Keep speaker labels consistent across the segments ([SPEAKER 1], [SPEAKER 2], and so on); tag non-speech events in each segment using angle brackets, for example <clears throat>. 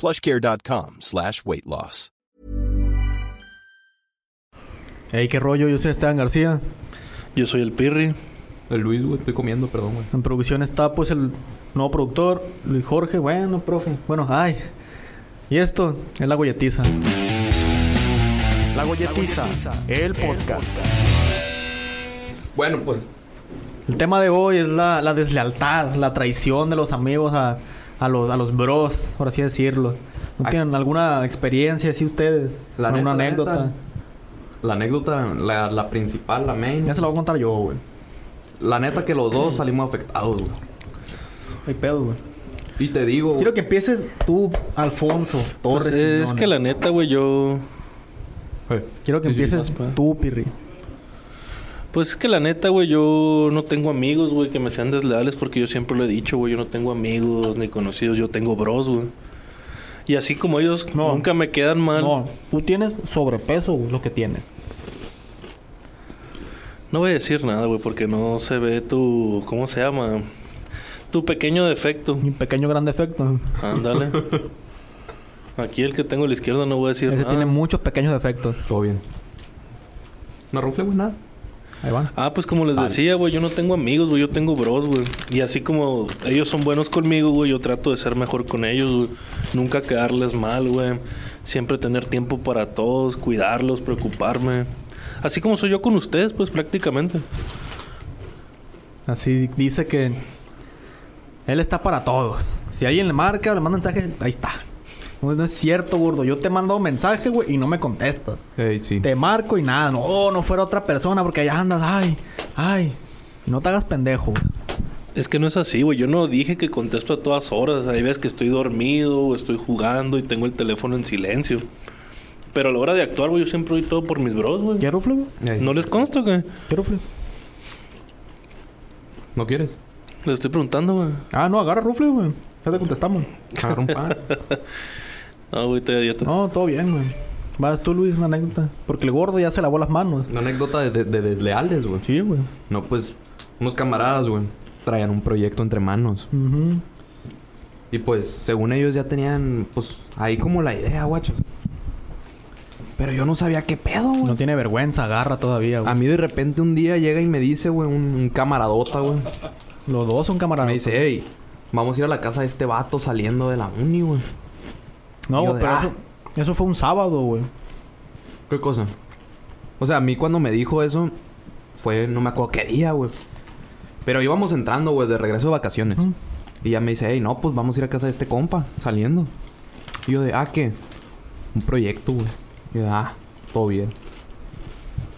[SPEAKER 1] plushcare.com slash weight loss.
[SPEAKER 2] Ey, qué rollo, yo soy Esteban García.
[SPEAKER 3] Yo soy el Pirri.
[SPEAKER 4] El Luis, güey, estoy comiendo, perdón, güey.
[SPEAKER 2] En producción está pues el nuevo productor, Luis Jorge, bueno, profe. Bueno, ay. Y esto es la golletiza. La golletiza, el podcast.
[SPEAKER 4] Bueno, pues.
[SPEAKER 2] El tema de hoy es la, la deslealtad, la traición de los amigos a, a los, a los bros, por así decirlo. ¿No
[SPEAKER 4] Ah.
[SPEAKER 2] tienen alguna experiencia así ustedes?
[SPEAKER 4] La
[SPEAKER 2] ¿Alguna
[SPEAKER 4] neta, la
[SPEAKER 2] anécdota?
[SPEAKER 4] neta. La anécdota, la, la principal, la main.
[SPEAKER 2] Ya se la voy a contar yo, güey.
[SPEAKER 4] La neta que los dos salimos afectados, güey.
[SPEAKER 2] Hay pedo, güey.
[SPEAKER 4] Y te digo,
[SPEAKER 2] Quiero que empieces tú, Alfonso
[SPEAKER 3] Pues,
[SPEAKER 2] Torres.
[SPEAKER 3] es
[SPEAKER 2] Quiñones.
[SPEAKER 3] que la neta, güey, yo.
[SPEAKER 4] güey.
[SPEAKER 2] Quiero que
[SPEAKER 4] Sí, sí,
[SPEAKER 2] empieces
[SPEAKER 3] vas, pa.
[SPEAKER 2] tú, Pirri.
[SPEAKER 3] Pues es que la neta, güey, yo no tengo amigos, güey, que me sean desleales porque yo siempre lo he dicho, güey, yo no tengo amigos ni conocidos, yo tengo bros, güey. Y así como ellos
[SPEAKER 2] No.
[SPEAKER 3] nunca me quedan mal.
[SPEAKER 2] No,
[SPEAKER 3] No.
[SPEAKER 2] tú tienes sobrepeso, güey, lo que tienes.
[SPEAKER 3] voy a decir nada, güey, porque no se ve tu. ¿Cómo se llama? Tu pequeño defecto.
[SPEAKER 2] Un pequeño gran defecto.
[SPEAKER 4] <laughs>
[SPEAKER 3] Ándale. Aquí el que tengo a la izquierda no voy a decir
[SPEAKER 2] Ese
[SPEAKER 3] nada.
[SPEAKER 2] tiene muchos pequeños defectos.
[SPEAKER 4] Todo bien. ¿No rufle, güey, nada?
[SPEAKER 2] Ahí va.
[SPEAKER 3] Ah, pues como les
[SPEAKER 4] Sale.
[SPEAKER 3] decía, güey, yo no tengo amigos, güey, yo tengo bros, güey. Y así como ellos son buenos conmigo, güey, yo trato de ser mejor con ellos, güey. Nunca quedarles mal, güey. Siempre tener tiempo para todos, cuidarlos, preocuparme. Así como soy yo con ustedes, pues prácticamente.
[SPEAKER 2] Así dice que él está para todos. Si alguien le marca o le manda mensaje, ahí está. No, no es cierto, gordo. Yo te mando un mensaje, güey, y no me contestas.
[SPEAKER 4] Ey, sí.
[SPEAKER 2] Te marco y nada. No, no fuera otra persona porque allá andas. Ay, ay. Y no te hagas pendejo. güey.
[SPEAKER 3] Es que no es así, güey. Yo no dije que contesto a todas horas. Hay veces que estoy dormido o estoy jugando y tengo el teléfono en silencio. Pero a la hora de actuar, güey, yo siempre doy todo por mis bros, güey.
[SPEAKER 2] ¿Qué rufle, güey?
[SPEAKER 4] Ey,
[SPEAKER 3] ¿No les consta, güey?
[SPEAKER 2] ¿Qué rufle?
[SPEAKER 4] ¿No quieres?
[SPEAKER 3] Les estoy preguntando, güey.
[SPEAKER 2] Ah, no, agarra rufle, güey. Ya te contestamos.
[SPEAKER 4] Agarra un pan.
[SPEAKER 3] Ah, güey, estoy a dieta.
[SPEAKER 2] No, todo bien, güey. Vas tú, Luis, una anécdota. Porque el gordo ya se lavó las manos.
[SPEAKER 4] Una anécdota de, de- de desleales, güey.
[SPEAKER 2] Sí, güey.
[SPEAKER 4] No, pues, unos camaradas, güey, traían un proyecto entre manos.
[SPEAKER 2] Ujú.
[SPEAKER 4] Y pues, según ellos ya tenían, pues, ahí como la idea, guacho. Pero yo no sabía qué pedo, güey.
[SPEAKER 2] No tiene vergüenza, agarra todavía, güey.
[SPEAKER 4] A mí de repente un día llega y me dice, güey, un, un camaradota, güey.
[SPEAKER 2] Los dos son camaradas.
[SPEAKER 4] Me dice, hey, vamos a ir a la casa de este vato saliendo de la uni, güey.
[SPEAKER 2] No,
[SPEAKER 4] yo
[SPEAKER 2] güey,
[SPEAKER 4] de,
[SPEAKER 2] pero
[SPEAKER 4] "Ah".
[SPEAKER 2] eso, eso fue un sábado, güey.
[SPEAKER 4] ¿Qué cosa? O sea, a mí cuando me dijo eso, fue, no me acuerdo qué día, güey. Pero íbamos entrando, güey, de regreso de vacaciones.
[SPEAKER 2] Ujú.
[SPEAKER 4] Y ya me dice, hey, no, pues vamos a ir a casa de este compa, saliendo. Y yo de, ah, ¿qué? Un proyecto, güey. Y yo de, ah, todo bien.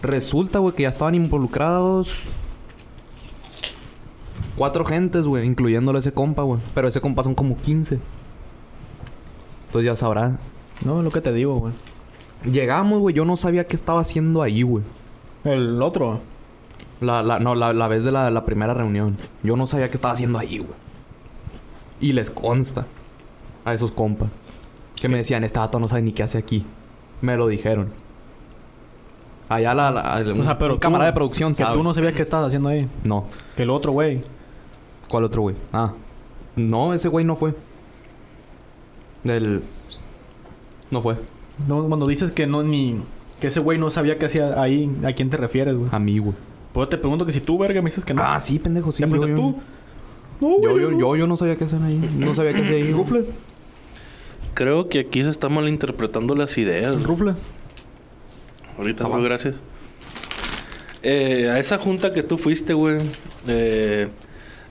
[SPEAKER 4] Resulta, güey, que ya estaban involucrados cuatro gentes, güey, incluyéndolo ese compa, güey. Pero ese compa son como 15. Entonces ya sabrá.
[SPEAKER 2] No, es lo que te digo, güey.
[SPEAKER 4] Llegamos, güey, yo no sabía qué estaba haciendo ahí, güey.
[SPEAKER 2] El otro.
[SPEAKER 4] La, la, no, la, la vez de la, la primera reunión. Yo no sabía qué estaba haciendo ahí, güey. Y les consta a esos compas. Que me decían, este vato no sabe ni qué hace aquí. Me lo dijeron. Allá la, la- el-
[SPEAKER 2] O sea,
[SPEAKER 4] un-
[SPEAKER 2] pero
[SPEAKER 4] un
[SPEAKER 2] tú-
[SPEAKER 4] camarada de producción
[SPEAKER 2] Que
[SPEAKER 4] sabe.
[SPEAKER 2] tú no sabías qué estabas haciendo ahí.
[SPEAKER 4] No.
[SPEAKER 2] Que el otro, güey.
[SPEAKER 4] ¿Cuál otro güey? Ah. No, ese güey no fue. Del... No fue.
[SPEAKER 2] No, cuando dices que no ni... Que ese güey no sabía qué hacía ahí. ¿A quién te refieres, güey?
[SPEAKER 4] A mí, güey.
[SPEAKER 2] Pues te pregunto que si tú, verga, me dices que no.
[SPEAKER 4] Ah, sí, pendejo,
[SPEAKER 2] ¿Te
[SPEAKER 4] sí. Yo,
[SPEAKER 2] preguntas
[SPEAKER 4] yo,
[SPEAKER 2] tú? No,
[SPEAKER 4] yo,
[SPEAKER 2] güey,
[SPEAKER 4] yo,
[SPEAKER 2] no.
[SPEAKER 4] yo- yo no sabía qué hacer ahí. No sabía qué hacer ahí. güey.
[SPEAKER 2] Rufle,
[SPEAKER 3] Creo que aquí se están malinterpretando las ideas.
[SPEAKER 2] rufle.
[SPEAKER 3] Ahorita,
[SPEAKER 4] Ah,
[SPEAKER 3] güey,
[SPEAKER 4] va.
[SPEAKER 3] gracias. Eh, a esa junta que tú fuiste, güey, eh,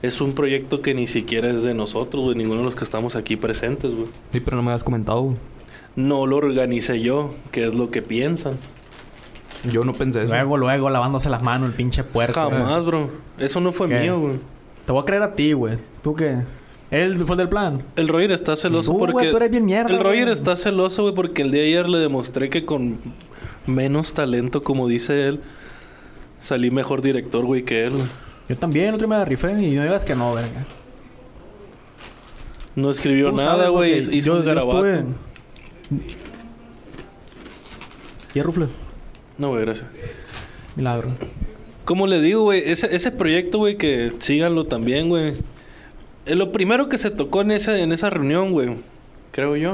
[SPEAKER 3] es un proyecto que ni siquiera es de nosotros, güey, ninguno de los que estamos aquí presentes, güey.
[SPEAKER 4] Sí, pero no me habías comentado, güey.
[SPEAKER 3] No lo organicé yo, que es lo que piensan.
[SPEAKER 4] Yo no pensé eso.
[SPEAKER 2] Luego, luego, lavándose las manos el pinche puerco.
[SPEAKER 3] Jamás, bro. Eso no fue
[SPEAKER 2] ¿Qué?
[SPEAKER 3] mío, güey.
[SPEAKER 2] Te voy a creer a ti, güey. ¿Tú qué? Él fue el del plan.
[SPEAKER 3] El Roger está celoso
[SPEAKER 2] Tú, güey,
[SPEAKER 3] porque...
[SPEAKER 2] tú eres bien mierda,
[SPEAKER 3] El Roger
[SPEAKER 2] güey.
[SPEAKER 3] está celoso, güey, porque el día de ayer le demostré que con menos talento, como dice él, salí mejor director, güey, que él. güey.
[SPEAKER 2] Yo también, el otro día me la rifé y no digas que no, verga.
[SPEAKER 3] No escribió
[SPEAKER 2] Tú
[SPEAKER 3] nada,
[SPEAKER 2] sabes,
[SPEAKER 3] güey.
[SPEAKER 2] porque
[SPEAKER 3] Hizo un garabato.
[SPEAKER 2] estuve- ¿Y el rufle?
[SPEAKER 3] No, güey, gracias.
[SPEAKER 2] Milagro.
[SPEAKER 3] Como le digo, güey, ese, ese proyecto, güey, que síganlo también, güey. Eh, lo primero que se tocó en esa, en esa reunión, güey, creo yo,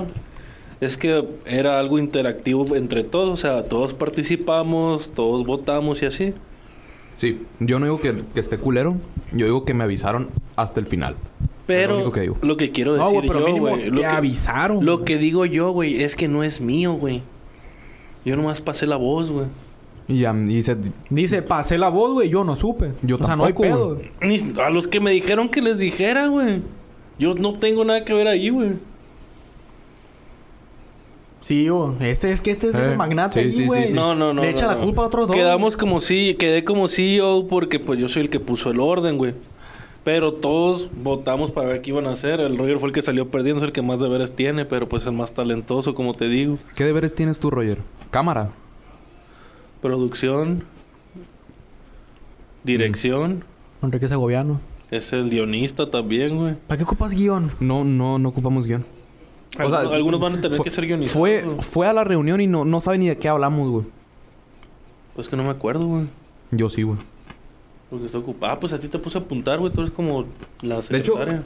[SPEAKER 3] es que era algo interactivo entre todos. O sea, todos participamos, todos votamos y así.
[SPEAKER 4] Sí, yo no digo que, que esté culero. Yo digo que me avisaron hasta el final.
[SPEAKER 3] Pero
[SPEAKER 4] Lo único que digo.
[SPEAKER 3] lo que quiero decir
[SPEAKER 2] No, güey, pero
[SPEAKER 3] yo,
[SPEAKER 2] mínimo
[SPEAKER 3] güey,
[SPEAKER 2] te
[SPEAKER 3] lo, que,
[SPEAKER 2] avisaron.
[SPEAKER 3] lo que digo yo, güey, es que no es mío, güey. Yo nomás pasé la voz, güey.
[SPEAKER 4] Y, ya- y se...
[SPEAKER 2] Dice, pasé la voz, güey, yo no supe.
[SPEAKER 4] Yo
[SPEAKER 2] o sea, no hay
[SPEAKER 4] tampoco,
[SPEAKER 2] pedo.
[SPEAKER 4] güey.
[SPEAKER 3] Ni- A los que me dijeron que les dijera, güey. Yo no tengo nada que ver ahí, güey.
[SPEAKER 2] Sí, güey. Este es que este es
[SPEAKER 4] Eh,
[SPEAKER 2] el magnate
[SPEAKER 4] sí,
[SPEAKER 2] ahí,
[SPEAKER 4] sí, sí,
[SPEAKER 2] güey.
[SPEAKER 4] sí.
[SPEAKER 3] No, no, no.
[SPEAKER 2] Le echa
[SPEAKER 3] no,
[SPEAKER 2] la
[SPEAKER 3] no.
[SPEAKER 2] culpa a otros dos.
[SPEAKER 3] Quedamos como si, quedé como CEO porque pues yo soy el que puso el orden, güey. Pero todos votamos para ver qué iban a hacer. El Roger fue el que salió perdiendo, es el que más deberes tiene, pero pues es el más talentoso, como te digo.
[SPEAKER 4] ¿Qué deberes tienes tú, Roger? Cámara.
[SPEAKER 3] Producción, dirección,
[SPEAKER 2] Enrique Segoviano.
[SPEAKER 3] es el guionista también, güey.
[SPEAKER 2] ¿Para qué ocupas guión?
[SPEAKER 4] No, no, no ocupamos guión. O sea,
[SPEAKER 3] Algunos, algunos van a tener
[SPEAKER 4] fue-
[SPEAKER 3] que ser guionistas.
[SPEAKER 4] Fue,
[SPEAKER 3] güey.
[SPEAKER 4] fue a la reunión y no, no sabe ni de qué hablamos, güey.
[SPEAKER 3] Pues que no me acuerdo, güey.
[SPEAKER 4] Yo sí, güey.
[SPEAKER 3] Porque estoy ocupado. Ah, pues a ti te puse a apuntar, güey. Tú eres como la
[SPEAKER 4] De hecho-
[SPEAKER 3] secretaria.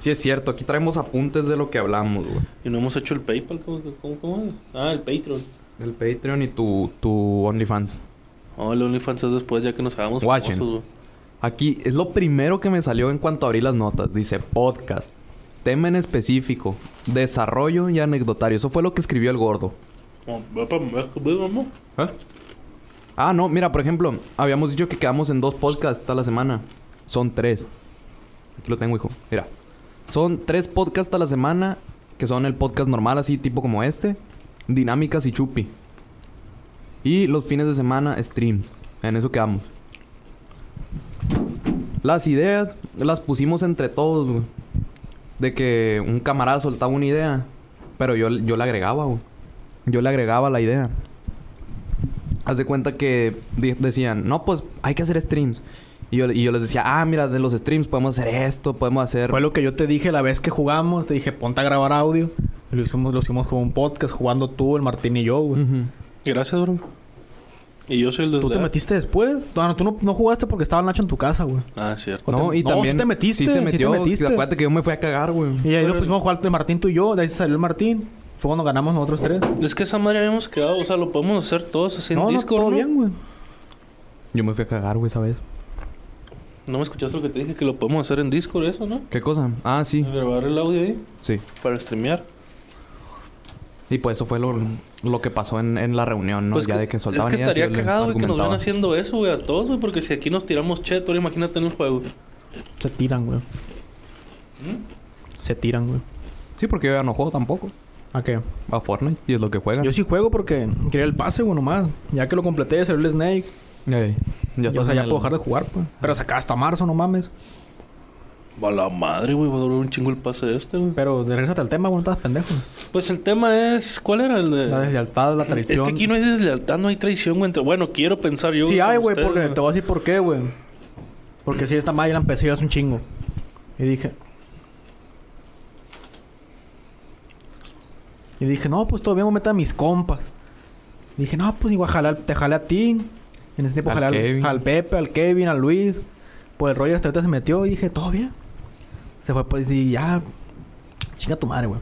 [SPEAKER 4] Sí, es cierto. Aquí traemos apuntes de lo que hablamos, güey.
[SPEAKER 3] Y no hemos hecho el PayPal. ¿Cómo, cómo, cómo es? Ah, el Patreon.
[SPEAKER 4] El Patreon y tu, tu OnlyFans.
[SPEAKER 3] Oh, el OnlyFans es después, ya que nos hagamos
[SPEAKER 4] Guachen.
[SPEAKER 3] famosos,
[SPEAKER 4] Aquí es lo primero que me salió en cuanto abrí las notas. Dice podcast, tema en específico, desarrollo y anecdotario. Eso fue lo que escribió el gordo.
[SPEAKER 3] güey. Oh, papá, ¿me vas a comer, mamá?
[SPEAKER 4] ¿Eh? Ah, no, mira, por ejemplo, habíamos dicho que quedamos en dos podcasts a la semana. Son tres. Aquí lo tengo, hijo. Mira. Son tres podcasts a la semana, que son el podcast normal, así tipo como este, Dinámicas y Chupi. Y los fines de semana, streams. En eso quedamos. Las ideas las pusimos entre todos, güey. De que un camarada soltaba una idea, pero yo, yo le agregaba, güey. Yo le agregaba la idea. Haz de cuenta que di- decían, no, pues hay que hacer streams. Y yo, y yo les decía, ah, mira, de los streams podemos hacer esto, podemos hacer...
[SPEAKER 2] Fue lo que yo te dije la vez que jugamos. Te dije, ponte a grabar audio. Y Lo hicimos, lo hicimos como un podcast jugando tú, el Martín y yo, güey.
[SPEAKER 4] Ujú.
[SPEAKER 3] Gracias, bro. Y yo soy el de...
[SPEAKER 2] ¿Tú te metiste después? No, no, tú no, no jugaste porque estaba el Nacho en tu casa, güey.
[SPEAKER 3] Ah, cierto.
[SPEAKER 2] O
[SPEAKER 4] No,
[SPEAKER 2] te-
[SPEAKER 4] y
[SPEAKER 2] no,
[SPEAKER 4] también...
[SPEAKER 2] sí te metiste,
[SPEAKER 4] Sí,
[SPEAKER 2] sí
[SPEAKER 4] se
[SPEAKER 2] te
[SPEAKER 4] metió.
[SPEAKER 2] metiste.
[SPEAKER 4] Acuérdate que yo me fui a cagar, güey.
[SPEAKER 2] Y ahí lo
[SPEAKER 3] Órale.
[SPEAKER 2] pusimos a jugar el Martín tú y yo. De ahí salió el Martín. Fue cuando ganamos nosotros tres.
[SPEAKER 3] Es que esa madre habíamos quedado. O sea, lo podemos hacer todos así en
[SPEAKER 2] No, no,
[SPEAKER 3] Discord,
[SPEAKER 2] todo
[SPEAKER 3] ¿no?
[SPEAKER 2] bien, güey.
[SPEAKER 4] Yo me fui a cagar, güey, ¿sabes?
[SPEAKER 3] ¿No me escuchaste lo que te dije? Que lo podemos hacer en Discord, eso, ¿no?
[SPEAKER 4] ¿Qué cosa? Ah, sí,
[SPEAKER 3] Grabar el audio ahí
[SPEAKER 4] sí.
[SPEAKER 3] para streamear.
[SPEAKER 4] Y pues eso fue lo, lo que pasó en, en la reunión, ¿no?
[SPEAKER 3] Pues
[SPEAKER 4] ya
[SPEAKER 3] que-
[SPEAKER 4] de que soltaban
[SPEAKER 3] Es que
[SPEAKER 4] ideas y
[SPEAKER 3] estaría
[SPEAKER 4] yo les
[SPEAKER 3] cagado, güey, que nos
[SPEAKER 4] argumentaba.
[SPEAKER 3] van haciendo eso, güey, a todos, güey. Porque si aquí nos tiramos chat, ahora imagínate en el juego.
[SPEAKER 2] Se tiran, güey. Se tiran, güey.
[SPEAKER 4] Sí, porque yo ya no juego tampoco.
[SPEAKER 2] ¿A qué?
[SPEAKER 4] A Fortnite y es lo que juegan.
[SPEAKER 2] Yo sí juego porque quería el pase, güey, nomás. Ya que lo completé, salió el Snake.
[SPEAKER 4] Ey,
[SPEAKER 2] Ya, o
[SPEAKER 4] ya estás
[SPEAKER 2] sea,
[SPEAKER 4] en
[SPEAKER 2] ya
[SPEAKER 4] el-
[SPEAKER 2] puedo dejar de jugar, pues. Pero se acaba hasta marzo, no mames.
[SPEAKER 3] A la madre, güey. Va a durar un chingo el pase este, güey.
[SPEAKER 2] Pero de regresate al tema, güey, no estás pendejo.
[SPEAKER 3] Pues el tema es... ¿Cuál era el de...?
[SPEAKER 2] La deslealtad, la
[SPEAKER 3] Es
[SPEAKER 2] traición.
[SPEAKER 3] que aquí no hay deslealtad, no hay traición, güey. entre- Bueno, quiero pensar yo.
[SPEAKER 2] Sí
[SPEAKER 3] como
[SPEAKER 2] hay, güey,
[SPEAKER 3] ustedes,
[SPEAKER 2] porque
[SPEAKER 3] güey.
[SPEAKER 2] te voy a decir por qué, güey. Porque si esta madre la empecé yo hace un chingo. Y dije... Y dije, no, pues todavía me meto a mis compas. Dije, no, pues igual jalar, te jalé a ti. En ese tiempo
[SPEAKER 4] Al
[SPEAKER 2] jalé al,
[SPEAKER 4] Kevin.
[SPEAKER 2] al Pepe, al Kevin, al Luis. Pues el Roger hasta ahorita se metió y dije, todo bien. Se fue pues y ya. Chinga tu madre, güey.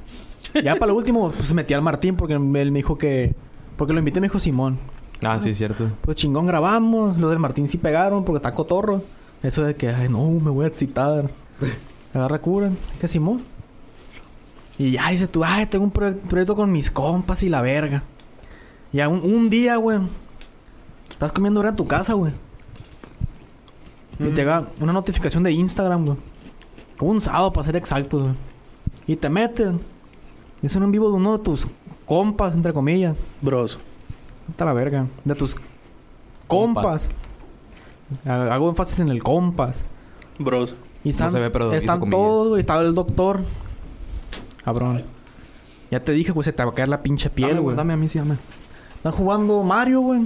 [SPEAKER 2] Ya para lo último, pues metí al Martín porque él me dijo que. Porque lo invité, me dijo Simón.
[SPEAKER 4] Ah, sí, cierto.
[SPEAKER 2] Pues chingón grabamos, los del Martín sí pegaron porque está cotorro. Eso de que, ay, no, me voy a excitar. Agarra cura, dije Simón. Y ya dices tú, ay, tengo un proye- proyecto con mis compas y la verga. Ya un, un día, güey, estás comiendo ahora en tu casa, güey. Y te llega una notificación de Instagram, güey. Un sábado, para ser exactos, güey. Y te metes. Es un en vivo de uno de tus compas, entre comillas.
[SPEAKER 3] Bros.
[SPEAKER 2] Está la verga. De tus compas. Ha- Hago énfasis en el compas.
[SPEAKER 3] Bros.
[SPEAKER 2] Y están,
[SPEAKER 4] se ve, pero hizo
[SPEAKER 2] están
[SPEAKER 4] comillas.
[SPEAKER 2] todos, güey. Está el doctor. Cabrón. Ya te dije, güey, se te va a caer la pinche piel,
[SPEAKER 4] Dame,
[SPEAKER 2] güey.
[SPEAKER 4] Ah, Dame a mí, sí, dame.
[SPEAKER 2] Están jugando Mario, güey.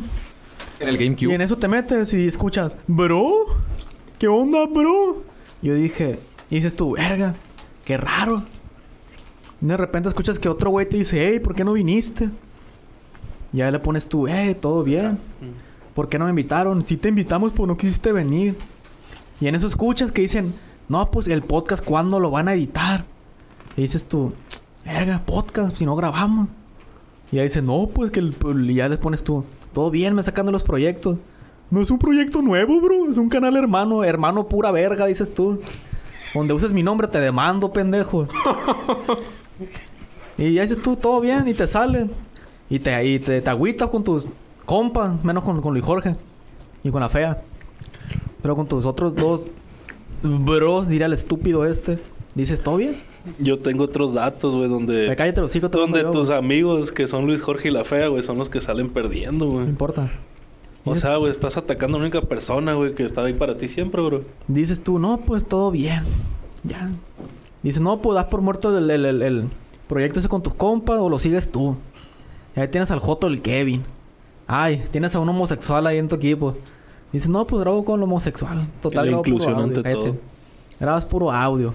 [SPEAKER 4] En el GameCube.
[SPEAKER 2] Y en eso te metes y escuchas, bro, ¿qué onda, bro? Yo dije, y dices tú, verga, qué raro. Y de repente escuchas que otro güey te dice, hey, ¿por qué no viniste? Ya le pones tú, hey, todo bien. ¿Por qué no me invitaron? Si te invitamos, pues no quisiste venir. Y en eso escuchas que dicen, no, pues el podcast, ¿cuándo lo van a editar? Y dices tú, verga, podcast, si no grabamos. Y ahí dice, no, pues que el- pues, y ya les pones tú, todo bien, me sacan de los proyectos. No es un proyecto nuevo, bro, es un canal hermano, hermano pura verga, dices tú. Donde uses mi nombre te demando, pendejo. y ya dices tú, todo bien, y te salen. Y te, y te, te agüitas con tus compas, menos con, con Luis Jorge y con la fea. Pero con tus otros dos bros, diría el estúpido este. Dices, todo bien.
[SPEAKER 3] Yo tengo otros datos, güey,
[SPEAKER 2] Me
[SPEAKER 3] donde...
[SPEAKER 2] cállate los hijos, te lo
[SPEAKER 3] Donde
[SPEAKER 2] mando yo,
[SPEAKER 3] tus
[SPEAKER 2] güey.
[SPEAKER 3] amigos, que son Luis Jorge y la Fea, güey, son los que salen perdiendo,
[SPEAKER 2] No
[SPEAKER 3] güey.
[SPEAKER 2] importa.
[SPEAKER 3] O sea, güey, estás atacando a la única persona, güey, que estaba ahí para ti siempre, bro.
[SPEAKER 2] Dices tú, no, pues todo bien. Ya. Dices, no, pues das por muerto el, el- el- el proyecto ese con tus compas o lo sigues tú. Y ahí tienes al Joto el Kevin. Ay, tienes a un homosexual ahí en tu equipo. Dices, no, pues grabo con el homosexual. Total,
[SPEAKER 3] La
[SPEAKER 2] grabo puro
[SPEAKER 3] inclusión
[SPEAKER 2] audio.
[SPEAKER 3] ante
[SPEAKER 2] Cállate.
[SPEAKER 3] todo.
[SPEAKER 2] Grabas puro audio.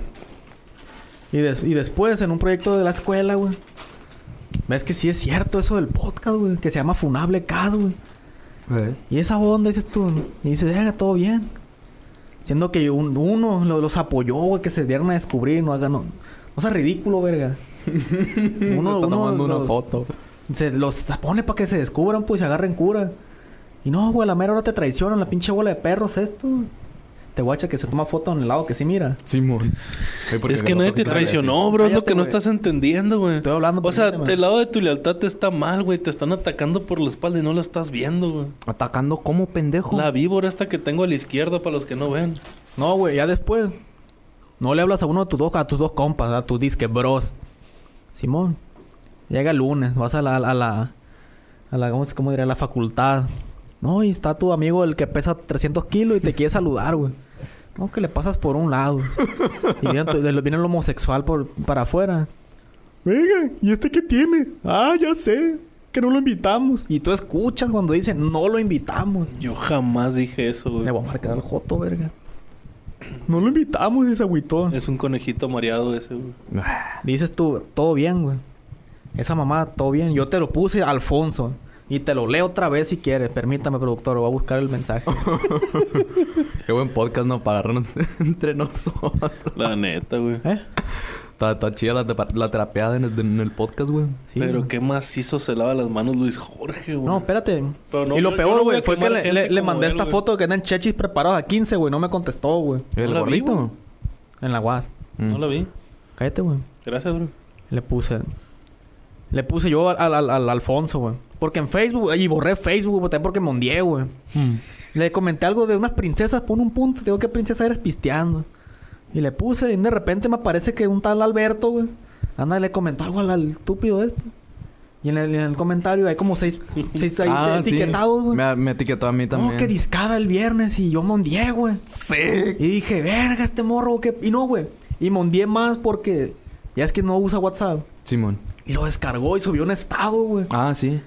[SPEAKER 2] Y, des- y después, en un proyecto de la escuela, güey. Ves que sí es cierto eso del podcast, güey. Que se llama Funable Cas, güey. Y esa onda, dices tú, y dices, verga, todo bien. Siendo que un- uno lo- los apoyó, güey, que se dieron a descubrir, no hagan. No, no sea ridículo,
[SPEAKER 4] <laughs>
[SPEAKER 2] verga.
[SPEAKER 4] Se está tomando una foto.
[SPEAKER 2] Se los pone para que se descubran, pues, y agarren cura. Y no, güey, a la mera hora te traicionan, la pinche bola de perros, esto. Te guacha que se toma foto en el lado que sí mira.
[SPEAKER 4] Simón. Ay, porque
[SPEAKER 3] Es que
[SPEAKER 4] el
[SPEAKER 3] nadie te
[SPEAKER 4] otro quiere decir.
[SPEAKER 3] traicionó, bro. Es lo
[SPEAKER 2] Cállate,
[SPEAKER 3] que no
[SPEAKER 2] güey.
[SPEAKER 3] estás entendiendo, güey.
[SPEAKER 2] Estoy hablando,
[SPEAKER 3] O sea,
[SPEAKER 2] permíteme.
[SPEAKER 3] el lado de tu lealtad te está mal, güey. Te están atacando por la espalda y no la estás viendo, güey.
[SPEAKER 4] Atacando como pendejo.
[SPEAKER 3] La víbora esta que tengo a la izquierda para los que no ven.
[SPEAKER 2] No, güey, ya después. No le hablas a uno de tus dos, a tus dos compas, a tus disque bros. Simón, llega el lunes, vas a la, a la, a la, ¿cómo, se- cómo diría? A la facultad. No, y está tu amigo el que pesa 300 kilos y te quiere saludar, güey. No, que le pasas por un lado. y viene, tu- viene el homosexual por, para afuera. Venga, ¿y este qué tiene? Ah, ya sé, que no lo invitamos. Y tú escuchas cuando dicen, no lo invitamos.
[SPEAKER 3] Yo jamás dije eso,
[SPEAKER 2] Le
[SPEAKER 3] güey.
[SPEAKER 2] voy a marcar al Joto, verga. No lo invitamos y se agüitó.
[SPEAKER 3] Es un conejito mareado ese, güey.
[SPEAKER 2] Dices tú, todo bien, güey. Esa mamá, todo bien. Yo te lo puse, Alfonso. Y te lo leo otra vez si quieres. Permítame, productor. Voy a buscar el
[SPEAKER 3] <laughs>
[SPEAKER 2] mensaje.
[SPEAKER 4] Qué buen podcast, ¿no? Para agarrarnos <laughs> entre nosotros.
[SPEAKER 3] La neta, güey.
[SPEAKER 2] ¿Eh?
[SPEAKER 4] Está, está chida la, tepa- la terapeada en el, en el podcast, güey.
[SPEAKER 2] Sí,
[SPEAKER 3] Pero
[SPEAKER 2] güey.
[SPEAKER 3] qué macizo se lava las manos Luis Jorge, güey.
[SPEAKER 2] No, espérate.
[SPEAKER 3] Pero no,
[SPEAKER 2] y lo
[SPEAKER 3] yo- yo
[SPEAKER 2] peor,
[SPEAKER 3] no voy
[SPEAKER 2] güey,
[SPEAKER 3] a
[SPEAKER 2] fue que
[SPEAKER 3] quemar
[SPEAKER 2] le,
[SPEAKER 3] gente
[SPEAKER 2] le- le
[SPEAKER 3] como
[SPEAKER 2] mandé
[SPEAKER 3] él,
[SPEAKER 2] esta
[SPEAKER 3] güey.
[SPEAKER 2] foto de que andan chechis preparados a 15, güey. No me contestó, güey.
[SPEAKER 4] ¿El
[SPEAKER 3] Hola,
[SPEAKER 4] gorrito?
[SPEAKER 3] vivo.
[SPEAKER 2] En la WhatsApp.
[SPEAKER 3] No la vi.
[SPEAKER 2] Cállate, güey.
[SPEAKER 3] Gracias, bro.
[SPEAKER 2] Le puse. Le puse yo al, al- al Alfonso, güey. Porque en Facebook, y borré Facebook, güey, también porque me hundié, güey.
[SPEAKER 4] Mm.
[SPEAKER 2] Le comenté algo de unas princesas, pon un punto, digo, ¿qué princesa eres pisteando? Y le puse, y de repente me aparece que un tal Alberto, güey, anda, le comentó algo al, al estúpido este. Y en el, en el comentario hay como
[SPEAKER 4] <laughs>
[SPEAKER 2] seis, seis ahí
[SPEAKER 4] Ah, sí.
[SPEAKER 2] etiquetados, güey.
[SPEAKER 4] Me, me etiquetó a mí también.
[SPEAKER 2] No, que discada el viernes y yo mondié, güey. Sí. Y dije, verga, este morro, que. Y no, güey. Y mondié más porque ya es que no usa WhatsApp.
[SPEAKER 4] Simón.
[SPEAKER 2] Y lo descargó y subió un estado, güey.
[SPEAKER 4] Ah, sí.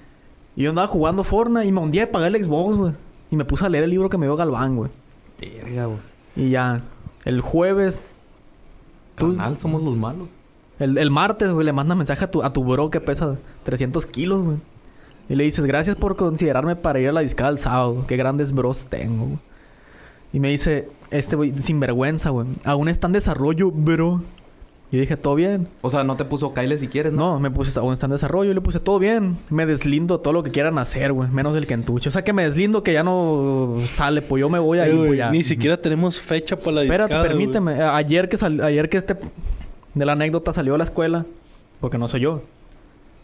[SPEAKER 2] Y yo andaba jugando Fortnite y me hundí a pagar el Xbox, güey. Y me puse a leer el libro que me dio Galván, güey.
[SPEAKER 4] Verga, güey.
[SPEAKER 2] Y ya, el jueves, Tú-
[SPEAKER 4] Pues, Carnal, somos los malos.
[SPEAKER 2] El, el martes, güey, le manda mensaje a tu, a tu bro que pesa 300 kilos, güey. Y le dices, gracias por considerarme para ir a la discada el sábado. Qué grandes bros tengo, güey. Y me dice, este güey, sinvergüenza, güey. Aún está en desarrollo, bro. Yo dije, todo bien.
[SPEAKER 4] O sea, no te puso Kyle si quieres, ¿no?
[SPEAKER 2] No, me puse, aún está en desarrollo. Y le puse, todo bien. Me deslindo todo lo que quieran hacer, güey. Menos del Kentucho. O sea, que me deslindo que ya no sale. Pues yo me voy ahí,
[SPEAKER 3] Eh, güey,
[SPEAKER 2] pues ya.
[SPEAKER 3] Ni siquiera tenemos fecha para la
[SPEAKER 2] Espérate,
[SPEAKER 3] discada, güey.
[SPEAKER 2] permíteme. A- Ayer que sal- ayer que este de la anécdota salió a la escuela, porque no soy yo.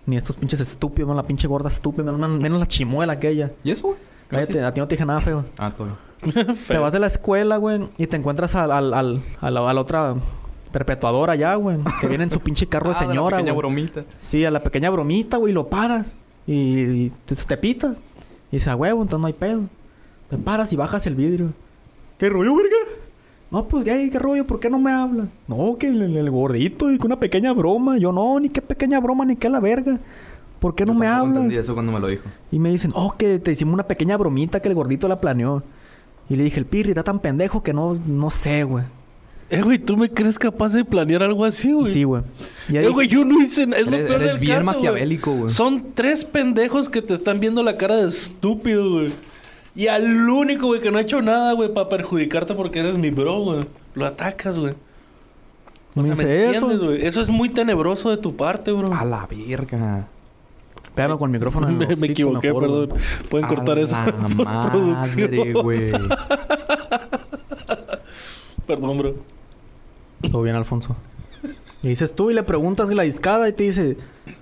[SPEAKER 2] Ni estos pinches estúpidos, menos la pinche gorda estúpida, menos, menos la chimuela aquella.
[SPEAKER 4] ¿Y eso, güey?
[SPEAKER 2] Cállate, a ti no te dije nada
[SPEAKER 4] <laughs>
[SPEAKER 2] feo.
[SPEAKER 4] Ah, todo bien.
[SPEAKER 2] Te vas de la escuela, güey, y te encuentras al, al, al- a, la, a la otra perpetuadora ya, güey. Que viene en su pinche carro de
[SPEAKER 4] Ah, de la
[SPEAKER 2] señora,
[SPEAKER 4] pequeña
[SPEAKER 2] güey.
[SPEAKER 4] bromita.
[SPEAKER 2] Sí, a la pequeña bromita, güey, lo paras. Y, y te, te pita. Y dice, a huevo, entonces no hay pedo. Te paras y bajas el vidrio. ¿Qué rollo, verga? No, pues, ey, ¿qué rollo? ¿Por qué no me habla? No, que el, el- el gordito y que una pequeña broma. Yo, no, ni qué pequeña broma, ni qué la verga. ¿Por qué no
[SPEAKER 4] Yo
[SPEAKER 2] me
[SPEAKER 4] tampoco
[SPEAKER 2] habla?
[SPEAKER 4] entendí eso cuando me lo dijo.
[SPEAKER 2] Y me dicen, oh, que te hicimos una pequeña bromita que el gordito la planeó. Y le dije, el pirri está tan pendejo que no, no sé, güey.
[SPEAKER 3] Eh, güey, ¿tú me crees capaz de planear algo así, güey?
[SPEAKER 2] Sí, güey. Y ya
[SPEAKER 3] Eh,
[SPEAKER 2] dije-
[SPEAKER 3] güey, yo no hice nada. Es lo
[SPEAKER 4] Eres-
[SPEAKER 3] peor
[SPEAKER 4] eres
[SPEAKER 3] del
[SPEAKER 4] bien
[SPEAKER 3] caso, güey.
[SPEAKER 4] maquiavélico, güey.
[SPEAKER 3] Son tres pendejos que te están viendo la cara de estúpido, güey. Y al único, güey, que no ha hecho nada, güey, para perjudicarte porque eres mi bro, güey. Lo atacas, güey.
[SPEAKER 2] me
[SPEAKER 3] O sea, ¿me
[SPEAKER 2] dice
[SPEAKER 3] entiendes,
[SPEAKER 2] eso.
[SPEAKER 3] güey? Eso es muy tenebroso de tu parte, bro.
[SPEAKER 4] A la verga.
[SPEAKER 2] Pégame con el micrófono. en el
[SPEAKER 3] <laughs> me, me
[SPEAKER 2] hocico
[SPEAKER 3] equivoqué,
[SPEAKER 2] mejor, güey.
[SPEAKER 3] perdón. Pueden
[SPEAKER 4] A
[SPEAKER 3] cortar eso
[SPEAKER 4] la
[SPEAKER 3] en postproducción. <laughs>
[SPEAKER 4] madre, güey.
[SPEAKER 3] Perdón, bro.
[SPEAKER 2] Todo bien, Alfonso. Y dices tú y le preguntas la discada y te dice,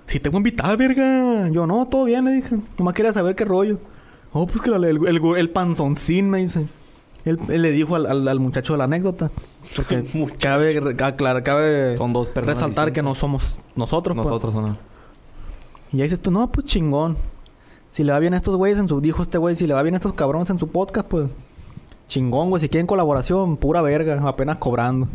[SPEAKER 2] si tengo invitada, verga. Yo, no, todo bien, le dije. Nomás quería saber qué rollo. Oh, pues que la- el, el, el panzoncín me dice. Él, él le dijo al, al- al muchacho de la anécdota.
[SPEAKER 3] <laughs>
[SPEAKER 2] Porque
[SPEAKER 4] <laughs>
[SPEAKER 3] Muchacho.
[SPEAKER 2] cabe, re- aclarar, cabe
[SPEAKER 4] Son dos personas.
[SPEAKER 2] resaltar que no somos nosotros. pues.
[SPEAKER 4] Nosotros o no.
[SPEAKER 2] Y ahí dices tú, no, pues chingón. Si le va bien a estos güeyes en su... Dijo este güey, si le va bien a estos cabrones en su podcast, pues... Chingón, güey. Si quieren colaboración, pura verga. Apenas cobrando.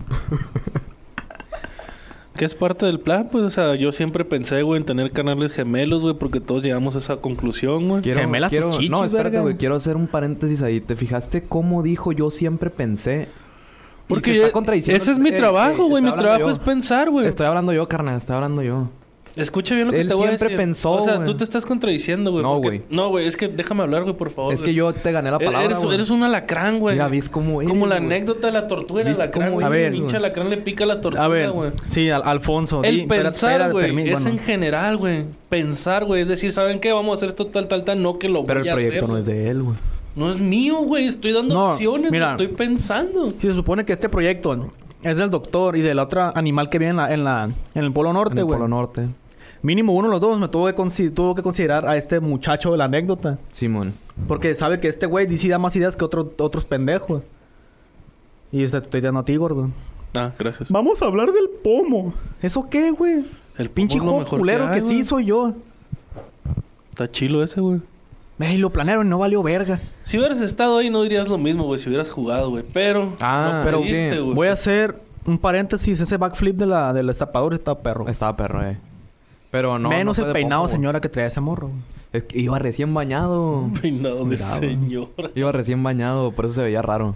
[SPEAKER 3] Que es parte del plan, pues, o sea, yo siempre pensé, güey, en tener canales gemelos, güey, porque todos llegamos a esa conclusión, güey.
[SPEAKER 4] Quiero,
[SPEAKER 2] Gemelas
[SPEAKER 4] quiero,
[SPEAKER 2] tus chichis,
[SPEAKER 4] no, espérate,
[SPEAKER 2] verga.
[SPEAKER 4] güey. Quiero hacer un paréntesis ahí. ¿Te fijaste cómo dijo yo siempre pensé? Y
[SPEAKER 3] Porque
[SPEAKER 4] se está
[SPEAKER 3] yo-
[SPEAKER 4] contradiciendo-
[SPEAKER 3] ese es mi
[SPEAKER 4] Eh,
[SPEAKER 3] trabajo,
[SPEAKER 4] eh,
[SPEAKER 3] güey. Mi
[SPEAKER 4] estoy hablando
[SPEAKER 3] trabajo es
[SPEAKER 4] yo.
[SPEAKER 3] pensar, güey.
[SPEAKER 4] Estoy hablando yo, carnal. Estoy hablando yo.
[SPEAKER 3] Escucha bien lo que
[SPEAKER 4] Él
[SPEAKER 3] te voy a decir.
[SPEAKER 4] siempre pensó,
[SPEAKER 3] O sea,
[SPEAKER 4] güey.
[SPEAKER 3] tú te estás contradiciendo, güey.
[SPEAKER 4] No,
[SPEAKER 3] porque-
[SPEAKER 4] güey.
[SPEAKER 3] No, güey, es que déjame hablar, güey, por favor.
[SPEAKER 4] es que
[SPEAKER 3] güey.
[SPEAKER 4] yo te gané la
[SPEAKER 3] E-
[SPEAKER 4] palabra,
[SPEAKER 3] Eres,
[SPEAKER 4] güey.
[SPEAKER 3] eres un alacrán, güey.
[SPEAKER 4] Mira, ves cómo eres,
[SPEAKER 3] Como la
[SPEAKER 4] güey.
[SPEAKER 3] anécdota de la tortuga y el
[SPEAKER 4] Ves
[SPEAKER 3] alacrán,
[SPEAKER 4] cómo
[SPEAKER 3] güey.
[SPEAKER 2] eres,
[SPEAKER 3] El
[SPEAKER 2] güey.
[SPEAKER 3] pinche alacrán le pica la tortuga,
[SPEAKER 2] A ver,
[SPEAKER 3] güey.
[SPEAKER 2] sí, al- Alfonso.
[SPEAKER 3] El
[SPEAKER 2] di- espera- espera,
[SPEAKER 3] pensar, güey,
[SPEAKER 2] permí-
[SPEAKER 3] es
[SPEAKER 2] bueno.
[SPEAKER 3] en general, güey. Pensar, güey. Es decir, ¿saben qué? Vamos a hacer esto tal, tal, tal. No que lo
[SPEAKER 4] Pero
[SPEAKER 3] voy
[SPEAKER 4] el
[SPEAKER 3] a
[SPEAKER 4] proyecto
[SPEAKER 3] hacer,
[SPEAKER 4] no es de él, güey.
[SPEAKER 3] No es mío, güey. Estoy dando
[SPEAKER 2] No,
[SPEAKER 3] opciones. güey.
[SPEAKER 2] mira.
[SPEAKER 3] Estoy pensando.
[SPEAKER 2] Si se supone que este proyecto es del doctor y del otro animal que viene en, la, en, la, en el Polo
[SPEAKER 4] En
[SPEAKER 2] Norte,
[SPEAKER 4] el
[SPEAKER 2] güey.
[SPEAKER 4] Polo Norte.
[SPEAKER 2] Mínimo uno de los dos me tuvo que, consi- tuvo que considerar a este muchacho de la anécdota.
[SPEAKER 4] Simón.
[SPEAKER 2] Porque sabe que este güey sí da más ideas que otro, otros pendejos. Y te estoy dando a ti, gordo.
[SPEAKER 3] Ah, gracias.
[SPEAKER 2] Vamos a hablar del pomo. ¿Eso qué, güey?
[SPEAKER 3] El
[SPEAKER 2] Pinche
[SPEAKER 3] pomo es lo
[SPEAKER 2] hijo
[SPEAKER 3] mejor
[SPEAKER 2] culero que,
[SPEAKER 3] hay, güey.
[SPEAKER 2] sí soy yo.
[SPEAKER 3] Está chilo ese, güey.
[SPEAKER 2] Ey, lo planearon y no valió verga.
[SPEAKER 3] Si hubieras estado ahí, no dirías lo mismo, güey. Si hubieras jugado, güey. Pero.
[SPEAKER 4] Ah,
[SPEAKER 3] no
[SPEAKER 4] pero
[SPEAKER 3] perdiste,
[SPEAKER 4] es que
[SPEAKER 3] güey.
[SPEAKER 2] Voy
[SPEAKER 3] <laughs>
[SPEAKER 2] a hacer un paréntesis. Ese backflip de la, del destapador está perro.
[SPEAKER 4] Estaba perro, eh. Pero no. no
[SPEAKER 2] Menos
[SPEAKER 4] fue
[SPEAKER 2] el
[SPEAKER 4] de
[SPEAKER 2] peinado,
[SPEAKER 4] poco, güey.
[SPEAKER 2] señora, que traía ese morro. güey.
[SPEAKER 4] Es que iba recién bañado.
[SPEAKER 3] Peinado de
[SPEAKER 4] Miraba.
[SPEAKER 3] señora.
[SPEAKER 4] Iba recién bañado, por eso se veía raro.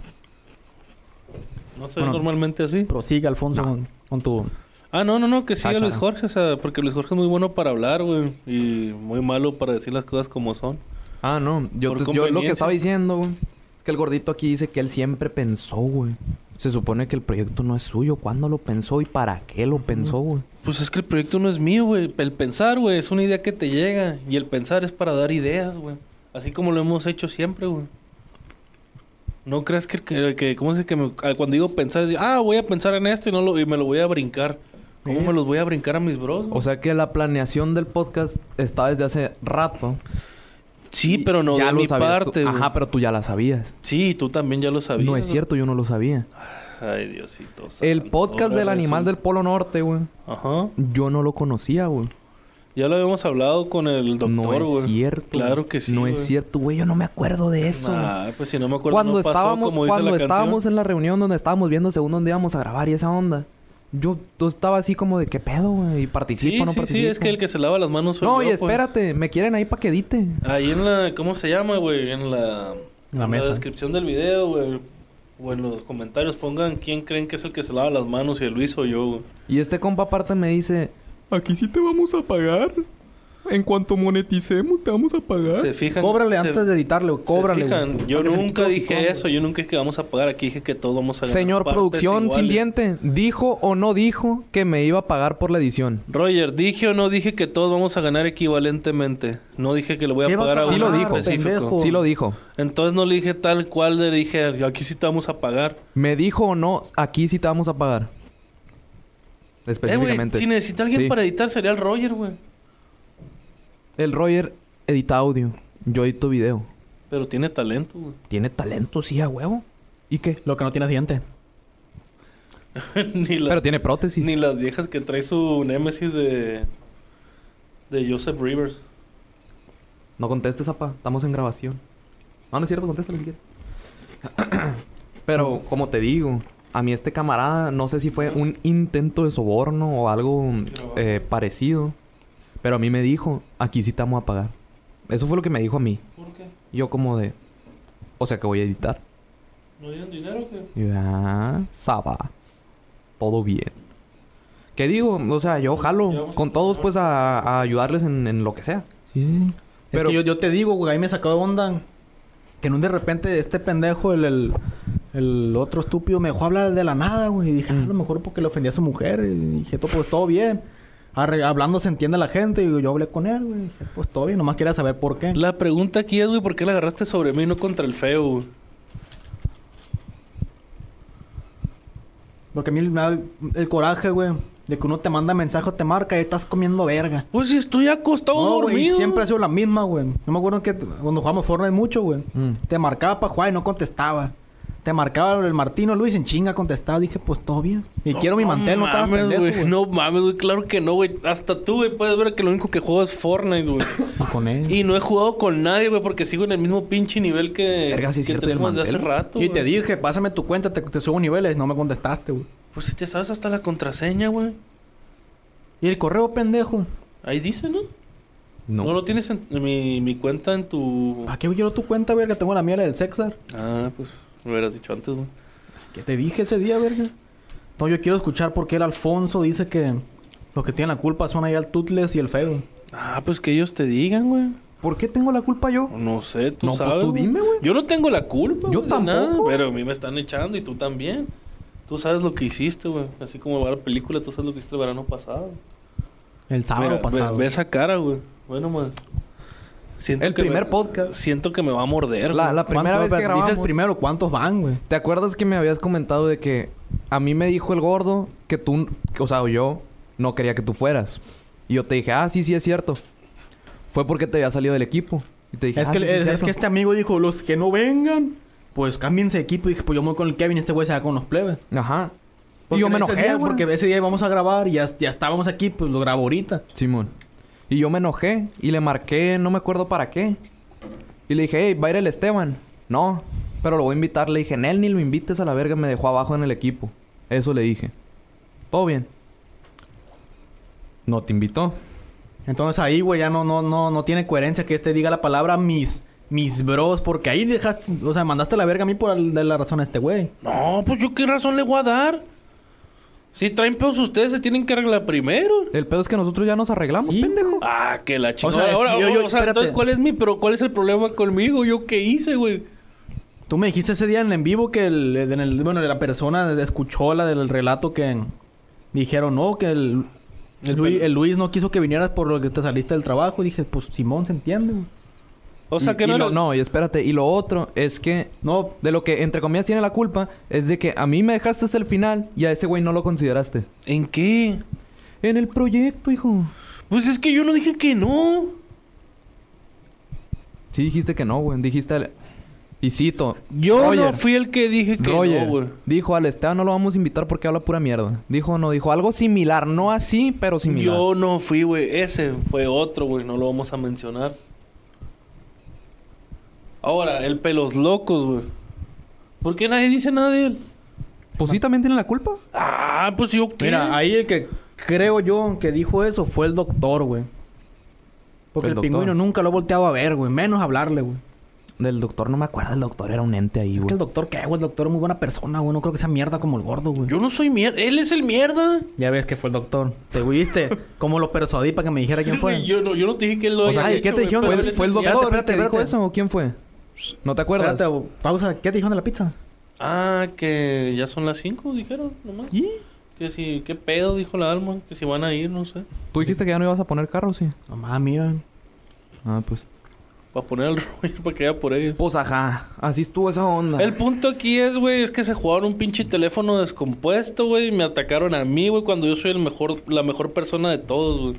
[SPEAKER 3] No se ve normalmente así.
[SPEAKER 2] Prosigue, Alfonso, con, con tu...
[SPEAKER 3] Ah, no, no, no, que siga
[SPEAKER 4] Ah,
[SPEAKER 3] Luis
[SPEAKER 4] chale.
[SPEAKER 3] Jorge, o sea, porque Luis Jorge es muy bueno para hablar, güey, y muy malo para decir las cosas como son.
[SPEAKER 4] Ah, no. Yo,
[SPEAKER 3] Por
[SPEAKER 4] te- yo lo que
[SPEAKER 3] conveniencia.
[SPEAKER 4] estaba diciendo, güey. Es que el gordito aquí dice que él siempre pensó, güey. Se supone que el proyecto no es suyo. ¿Cuándo lo pensó y para qué lo pensó, güey?
[SPEAKER 3] Pues es que el proyecto no es mío, güey. El pensar, güey, es una idea que te llega, y el pensar es para dar ideas, güey. Así como lo hemos hecho siempre, güey. No creas que, que, que- ¿cómo se dice? que me- ah, cuando digo pensar, es decir, ah, voy a pensar en esto y, no lo, y me lo voy a brincar. ¿Cómo me los voy a brincar a mis bros? güey?
[SPEAKER 4] O sea que la planeación del podcast está desde hace rato.
[SPEAKER 3] sí, pero no de mi
[SPEAKER 4] sabías tú.
[SPEAKER 3] parte, güey.
[SPEAKER 4] Ajá, pero tú ya la sabías.
[SPEAKER 3] Sí, tú también ya lo sabías.
[SPEAKER 4] no es
[SPEAKER 3] güey. Ah,
[SPEAKER 4] cierto, yo no lo sabía.
[SPEAKER 3] Ay, Diosito.
[SPEAKER 4] El
[SPEAKER 3] santo,
[SPEAKER 4] podcast
[SPEAKER 3] ahora
[SPEAKER 4] del animal del
[SPEAKER 3] resulta-
[SPEAKER 4] Polo Norte, güey.
[SPEAKER 3] Ajá.
[SPEAKER 4] Yo no lo conocía, güey.
[SPEAKER 3] Ya lo habíamos hablado con el doctor,
[SPEAKER 4] No
[SPEAKER 3] güey.
[SPEAKER 4] es cierto.
[SPEAKER 3] Claro
[SPEAKER 4] güey.
[SPEAKER 3] que sí.
[SPEAKER 4] No es
[SPEAKER 3] güey.
[SPEAKER 4] cierto, güey. Yo no me acuerdo de eso. güey.
[SPEAKER 3] Nah, pues si no me acuerdo.
[SPEAKER 4] cuando
[SPEAKER 3] no pasó,
[SPEAKER 4] estábamos,
[SPEAKER 3] como dice
[SPEAKER 4] cuando
[SPEAKER 3] la canción.
[SPEAKER 4] estábamos en la reunión donde estábamos viendo según dónde íbamos a grabar y esa onda, yo, yo estaba así como de qué pedo, güey, y participo,
[SPEAKER 3] Sí,
[SPEAKER 4] no
[SPEAKER 3] sí,
[SPEAKER 4] participo.
[SPEAKER 3] sí, es que el que se lava las manos soy yo,
[SPEAKER 4] No, y
[SPEAKER 3] pues.
[SPEAKER 4] espérate, me quieren ahí para que edite.
[SPEAKER 3] Ahí en la. ¿Cómo se llama, güey? En la.
[SPEAKER 2] En la mesa.
[SPEAKER 3] descripción del video, güey. o en los comentarios pongan quién creen que es el que se lava las manos, si el Luis o yo, güey.
[SPEAKER 4] Y este compa aparte me dice,
[SPEAKER 5] Aquí sí te vamos a pagar. En cuanto moneticemos, te vamos a pagar.
[SPEAKER 3] Se fijan.
[SPEAKER 2] ¿Eh? Cóbrale
[SPEAKER 3] se-
[SPEAKER 2] antes de editarle, güey.
[SPEAKER 3] se
[SPEAKER 2] Cóbrale,
[SPEAKER 3] fijan,
[SPEAKER 2] güey.
[SPEAKER 3] Yo
[SPEAKER 2] Para que se quite
[SPEAKER 3] nunca
[SPEAKER 2] los
[SPEAKER 3] dije
[SPEAKER 2] hocicones.
[SPEAKER 3] eso. Yo nunca dije que vamos a pagar. Aquí dije que todos vamos a ganar.
[SPEAKER 4] señor
[SPEAKER 3] partes
[SPEAKER 4] producción sin
[SPEAKER 3] iguales".
[SPEAKER 4] diente, dijo o no dijo que me iba a pagar por la edición.
[SPEAKER 3] Roger, dije o no dije que todos vamos a ganar equivalentemente. No dije que le voy
[SPEAKER 2] ¿Qué
[SPEAKER 3] a
[SPEAKER 2] vas
[SPEAKER 3] pagar a,
[SPEAKER 2] a
[SPEAKER 3] uno
[SPEAKER 4] Sí lo
[SPEAKER 3] en
[SPEAKER 4] dijo.
[SPEAKER 3] específico.
[SPEAKER 2] pendejo?
[SPEAKER 4] Sí lo dijo.
[SPEAKER 3] Entonces no le dije tal cual, le dije, aquí sí te vamos a pagar.
[SPEAKER 4] Me dijo o no, aquí sí te vamos a pagar.
[SPEAKER 3] Eh, güey,
[SPEAKER 4] Específicamente.
[SPEAKER 3] si necesita alguien
[SPEAKER 4] Sí.
[SPEAKER 3] para editar sería el Roger, güey.
[SPEAKER 4] El Roger edita audio, yo edito video.
[SPEAKER 3] Pero tiene talento, güey. <laughs>
[SPEAKER 4] Tiene talento, sí, a huevo. ¿Y qué?
[SPEAKER 2] Lo que no tienes diente.
[SPEAKER 3] ni, la-
[SPEAKER 4] Pero tiene prótesis.
[SPEAKER 3] ni las viejas que trae su némesis de... De Joseph Rivers.
[SPEAKER 4] No contestes, apa. Estamos en grabación. No, no es cierto, contéstale si quieres. <clears throat> Pero, como te digo, a mí este camarada, no sé si fue un intento de soborno o algo eh, parecido. Pero a mí me dijo, aquí sí te vamos a pagar. Eso fue lo que me dijo a mí.
[SPEAKER 3] ¿Por qué?
[SPEAKER 4] Yo como de... O sea que voy a editar.
[SPEAKER 3] ¿No dieron dinero o qué?
[SPEAKER 4] Y yo, ah, Saba. Todo bien. ¿Qué digo? O sea, yo jalo con todos pues a, a ayudarles en, en lo que sea.
[SPEAKER 2] Sí, sí, sí.
[SPEAKER 4] Pero-
[SPEAKER 2] Pero yo, yo te digo, güey, ahí me sacó de onda. Que en un de repente este pendejo, el, el, el otro estúpido, me dejó hablar de la nada, güey. Y dije, "Ah, a lo
[SPEAKER 4] Mm.
[SPEAKER 2] mejor porque le ofendía a su mujer. Y dije, "Todo, pues todo bien. Arre- hablando se entiende la gente. Y yo hablé con él, güey. Dije, pues todo bien, nomás quería saber por qué.
[SPEAKER 3] La pregunta aquí es, güey, ¿por qué la agarraste sobre mí y no contra el feo, güey?
[SPEAKER 2] Porque a mí me da el coraje, güey, de que uno te manda mensaje o te marca y estás comiendo verga.
[SPEAKER 3] Pues si estoy acostado
[SPEAKER 2] No, güey,
[SPEAKER 3] dormido.
[SPEAKER 2] siempre ha sido la misma, güey. No me acuerdo que t- cuando jugamos Fortnite mucho, güey.
[SPEAKER 4] Mm.
[SPEAKER 2] Te marcaba para jugar y no contestaba. Te marcaba el Martino Luis en chinga contestaba. Dije, pues todo bien. Y quiero mi mantel, no estaba
[SPEAKER 3] mames,
[SPEAKER 2] pendejo,
[SPEAKER 3] güey.
[SPEAKER 2] güey.
[SPEAKER 3] No mames, güey. Claro que no, güey. Hasta tú, güey, puedes ver que lo único que juego es Fortnite,
[SPEAKER 4] <laughs>
[SPEAKER 3] güey.
[SPEAKER 2] Con él.
[SPEAKER 3] y no he jugado con nadie, güey, porque sigo en el mismo pinche nivel que,
[SPEAKER 4] Verga, sí es
[SPEAKER 3] que
[SPEAKER 4] cierto,
[SPEAKER 3] tenemos
[SPEAKER 4] el
[SPEAKER 3] de hace
[SPEAKER 4] mantel.
[SPEAKER 3] rato,
[SPEAKER 2] Y te
[SPEAKER 3] güey.
[SPEAKER 2] dije, pásame tu cuenta, te, te subo niveles. No me contestaste, güey.
[SPEAKER 3] Pues si te sabes hasta la contraseña, güey.
[SPEAKER 2] Y el correo, pendejo.
[SPEAKER 3] Ahí dice, ¿no?
[SPEAKER 4] No. Ah.
[SPEAKER 3] No, lo tienes en en mi, mi cuenta en tu...
[SPEAKER 2] ¿Para qué quiero tu cuenta, verga? Tengo la mía, la del Sexar.
[SPEAKER 3] Ah, pues lo hubieras dicho antes, güey.
[SPEAKER 2] ¿Qué te dije ese día, verga? No, yo quiero escuchar por qué el Alfonso dice que los que tienen la culpa son ahí al Tutles y el Feo.
[SPEAKER 3] Ah, pues que ellos te digan, güey.
[SPEAKER 4] ¿Por qué tengo la culpa yo?
[SPEAKER 3] No sé, tú
[SPEAKER 4] No, pues,
[SPEAKER 3] sabes.
[SPEAKER 4] tú
[SPEAKER 3] güey.
[SPEAKER 4] dime, güey.
[SPEAKER 3] Yo no tengo la culpa.
[SPEAKER 4] Yo
[SPEAKER 3] güey, de nada,
[SPEAKER 4] tampoco.
[SPEAKER 3] pero a mí me están echando y tú también. Tú sabes lo que hiciste, güey. Así como va la película, tú sabes lo que hiciste el verano pasado.
[SPEAKER 2] El
[SPEAKER 4] Ah,
[SPEAKER 2] sábado
[SPEAKER 3] Mira, ve-
[SPEAKER 2] pasado.
[SPEAKER 3] Ve, esa cara, güey. Bueno, man. Siento
[SPEAKER 4] El
[SPEAKER 3] que
[SPEAKER 4] primer
[SPEAKER 3] me-
[SPEAKER 4] podcast.
[SPEAKER 3] Siento que me va a morder,
[SPEAKER 4] La,
[SPEAKER 3] güey.
[SPEAKER 4] la primera vez
[SPEAKER 2] ¿Cuántos-
[SPEAKER 4] que grabamos.
[SPEAKER 2] Dices primero, ¿cuántos van, güey?
[SPEAKER 4] ¿Te acuerdas que me habías comentado de que a mí me dijo el gordo que tú, o sea, yo no quería que tú fueras? Y yo te dije, ah, sí, sí, es cierto. Fue porque te había salido del equipo. Y te dije,
[SPEAKER 2] Es
[SPEAKER 4] "Ah,
[SPEAKER 2] que,
[SPEAKER 4] sí, sí,
[SPEAKER 2] es, es
[SPEAKER 4] cierto".
[SPEAKER 2] que este amigo dijo, los que no vengan, pues cámbiense de equipo. Y dije, pues yo me voy con el Kevin, este güey se va con los plebes.
[SPEAKER 4] Ajá. Y
[SPEAKER 2] Porque
[SPEAKER 4] yo me
[SPEAKER 2] ese
[SPEAKER 4] enojé,
[SPEAKER 2] día-
[SPEAKER 4] güey.
[SPEAKER 2] Porque ese día íbamos a grabar y ya, ya estábamos aquí, pues lo grabo ahorita.
[SPEAKER 4] Simón. Y yo me enojé y le marqué, no me acuerdo para qué. Y le dije, hey, va a ir el Esteban. No, pero lo voy a invitar. Le dije, Nel, ni lo invites a la verga, me dejó abajo en el equipo. Eso le dije. Todo bien. No te invitó.
[SPEAKER 2] Entonces ahí, güey, ya no, no, no, no tiene coherencia que este diga la palabra mis, mis bros. Porque ahí dejaste, o sea, mandaste la verga a mí por el- de la razón a este güey.
[SPEAKER 3] No, pues yo qué razón le voy a dar. Si traen pedos ustedes, se tienen que arreglar primero.
[SPEAKER 4] El pedo es que nosotros ya nos arreglamos,
[SPEAKER 2] Sí.
[SPEAKER 4] Pues, pendejo.
[SPEAKER 3] Ah, que la chingada.
[SPEAKER 2] sea, es-
[SPEAKER 3] Ahora,
[SPEAKER 2] yo- yo-
[SPEAKER 3] o sea,
[SPEAKER 2] espérate.
[SPEAKER 3] entonces, ¿cuál es mi pero cuál es el problema conmigo? ¿Yo qué hice, güey?
[SPEAKER 2] Tú me dijiste ese día en el en vivo que el, en el- bueno, la persona escuchó la del relato que dijeron, no, que el,
[SPEAKER 3] El
[SPEAKER 2] Luis,
[SPEAKER 3] pel-
[SPEAKER 2] el Luis no quiso que vinieras por lo que te saliste del trabajo. Y dije, pues Simón se entiende, güey.
[SPEAKER 3] O sea,
[SPEAKER 4] Y-
[SPEAKER 3] que
[SPEAKER 4] y
[SPEAKER 3] no,
[SPEAKER 4] lo-
[SPEAKER 3] era-
[SPEAKER 4] no, y espérate. Y lo otro es que...
[SPEAKER 2] No,
[SPEAKER 4] De lo que, entre comillas, tiene la culpa es de que a mí me dejaste hasta el final y a ese güey no lo consideraste.
[SPEAKER 3] ¿En qué?
[SPEAKER 4] En el proyecto, hijo.
[SPEAKER 3] Pues es que yo no dije que no.
[SPEAKER 4] Sí dijiste que no, güey. Dijiste... al- Y cito.
[SPEAKER 3] Yo no
[SPEAKER 4] Roger.
[SPEAKER 3] fui el que dije que
[SPEAKER 4] Roger
[SPEAKER 3] no, güey.
[SPEAKER 4] dijo al Esteban no lo vamos a invitar porque habla pura mierda. Dijo no, dijo algo similar, no así, pero similar.
[SPEAKER 3] Yo no fui, güey. Ese fue otro, güey. No lo vamos a mencionar. Ahora, el pelos locos, güey. ¿Por qué nadie dice nada de él?
[SPEAKER 4] Pues sí también tiene la culpa.
[SPEAKER 3] Ah, pues yo qué.
[SPEAKER 2] Mira, ahí el que creo yo que dijo eso fue el doctor, güey. Porque
[SPEAKER 4] El
[SPEAKER 2] el,
[SPEAKER 4] doctor.
[SPEAKER 2] pingüino nunca lo ha volteado a ver, güey. Menos hablarle, güey.
[SPEAKER 4] Del doctor no me acuerdo. El doctor era un ente ahí,
[SPEAKER 2] Es que
[SPEAKER 4] güey.
[SPEAKER 2] el doctor, ¿qué, güey? El doctor es muy buena persona, güey. No creo que sea mierda como el gordo, güey.
[SPEAKER 3] Yo no soy mierda. Él es el mierda.
[SPEAKER 2] Ya ves que fue el doctor. Te huiste. ¿Cómo lo persuadí para que me dijera quién fue?
[SPEAKER 3] Yo no, yo no te dije que él lo
[SPEAKER 2] O sea,
[SPEAKER 3] haya
[SPEAKER 2] ay,
[SPEAKER 3] hecho,
[SPEAKER 2] ¿qué te
[SPEAKER 3] güey,
[SPEAKER 2] dijeron?
[SPEAKER 3] pero
[SPEAKER 2] Fue
[SPEAKER 3] él
[SPEAKER 2] el-
[SPEAKER 3] es
[SPEAKER 4] ¿Fue el doctor
[SPEAKER 2] Espérate,
[SPEAKER 4] el que
[SPEAKER 2] espérate,
[SPEAKER 4] dijo
[SPEAKER 2] espérate.
[SPEAKER 4] eso o quién fue? ¿No te acuerdas?
[SPEAKER 2] Espérate, güey. pausa. ¿Qué te dijeron de la pizza?
[SPEAKER 3] Ah, que ya son las 5, dijeron, nomás.
[SPEAKER 2] ¿Y?
[SPEAKER 3] Que si, ¿qué pedo? Dijo la alma. Que si van a ir, no sé.
[SPEAKER 4] Tú dijiste que ya no ibas a poner carro, sí.
[SPEAKER 2] Mamá, mira.
[SPEAKER 4] Ah, pues.
[SPEAKER 3] Para poner al <laughs> rollo para que vaya por ellos.
[SPEAKER 4] Pues ajá. Así estuvo esa onda.
[SPEAKER 3] El punto aquí es, güey, es que se jugaron un pinche teléfono descompuesto, güey. y Me atacaron a mí, güey, cuando yo soy el mejor, la mejor persona de todos, güey.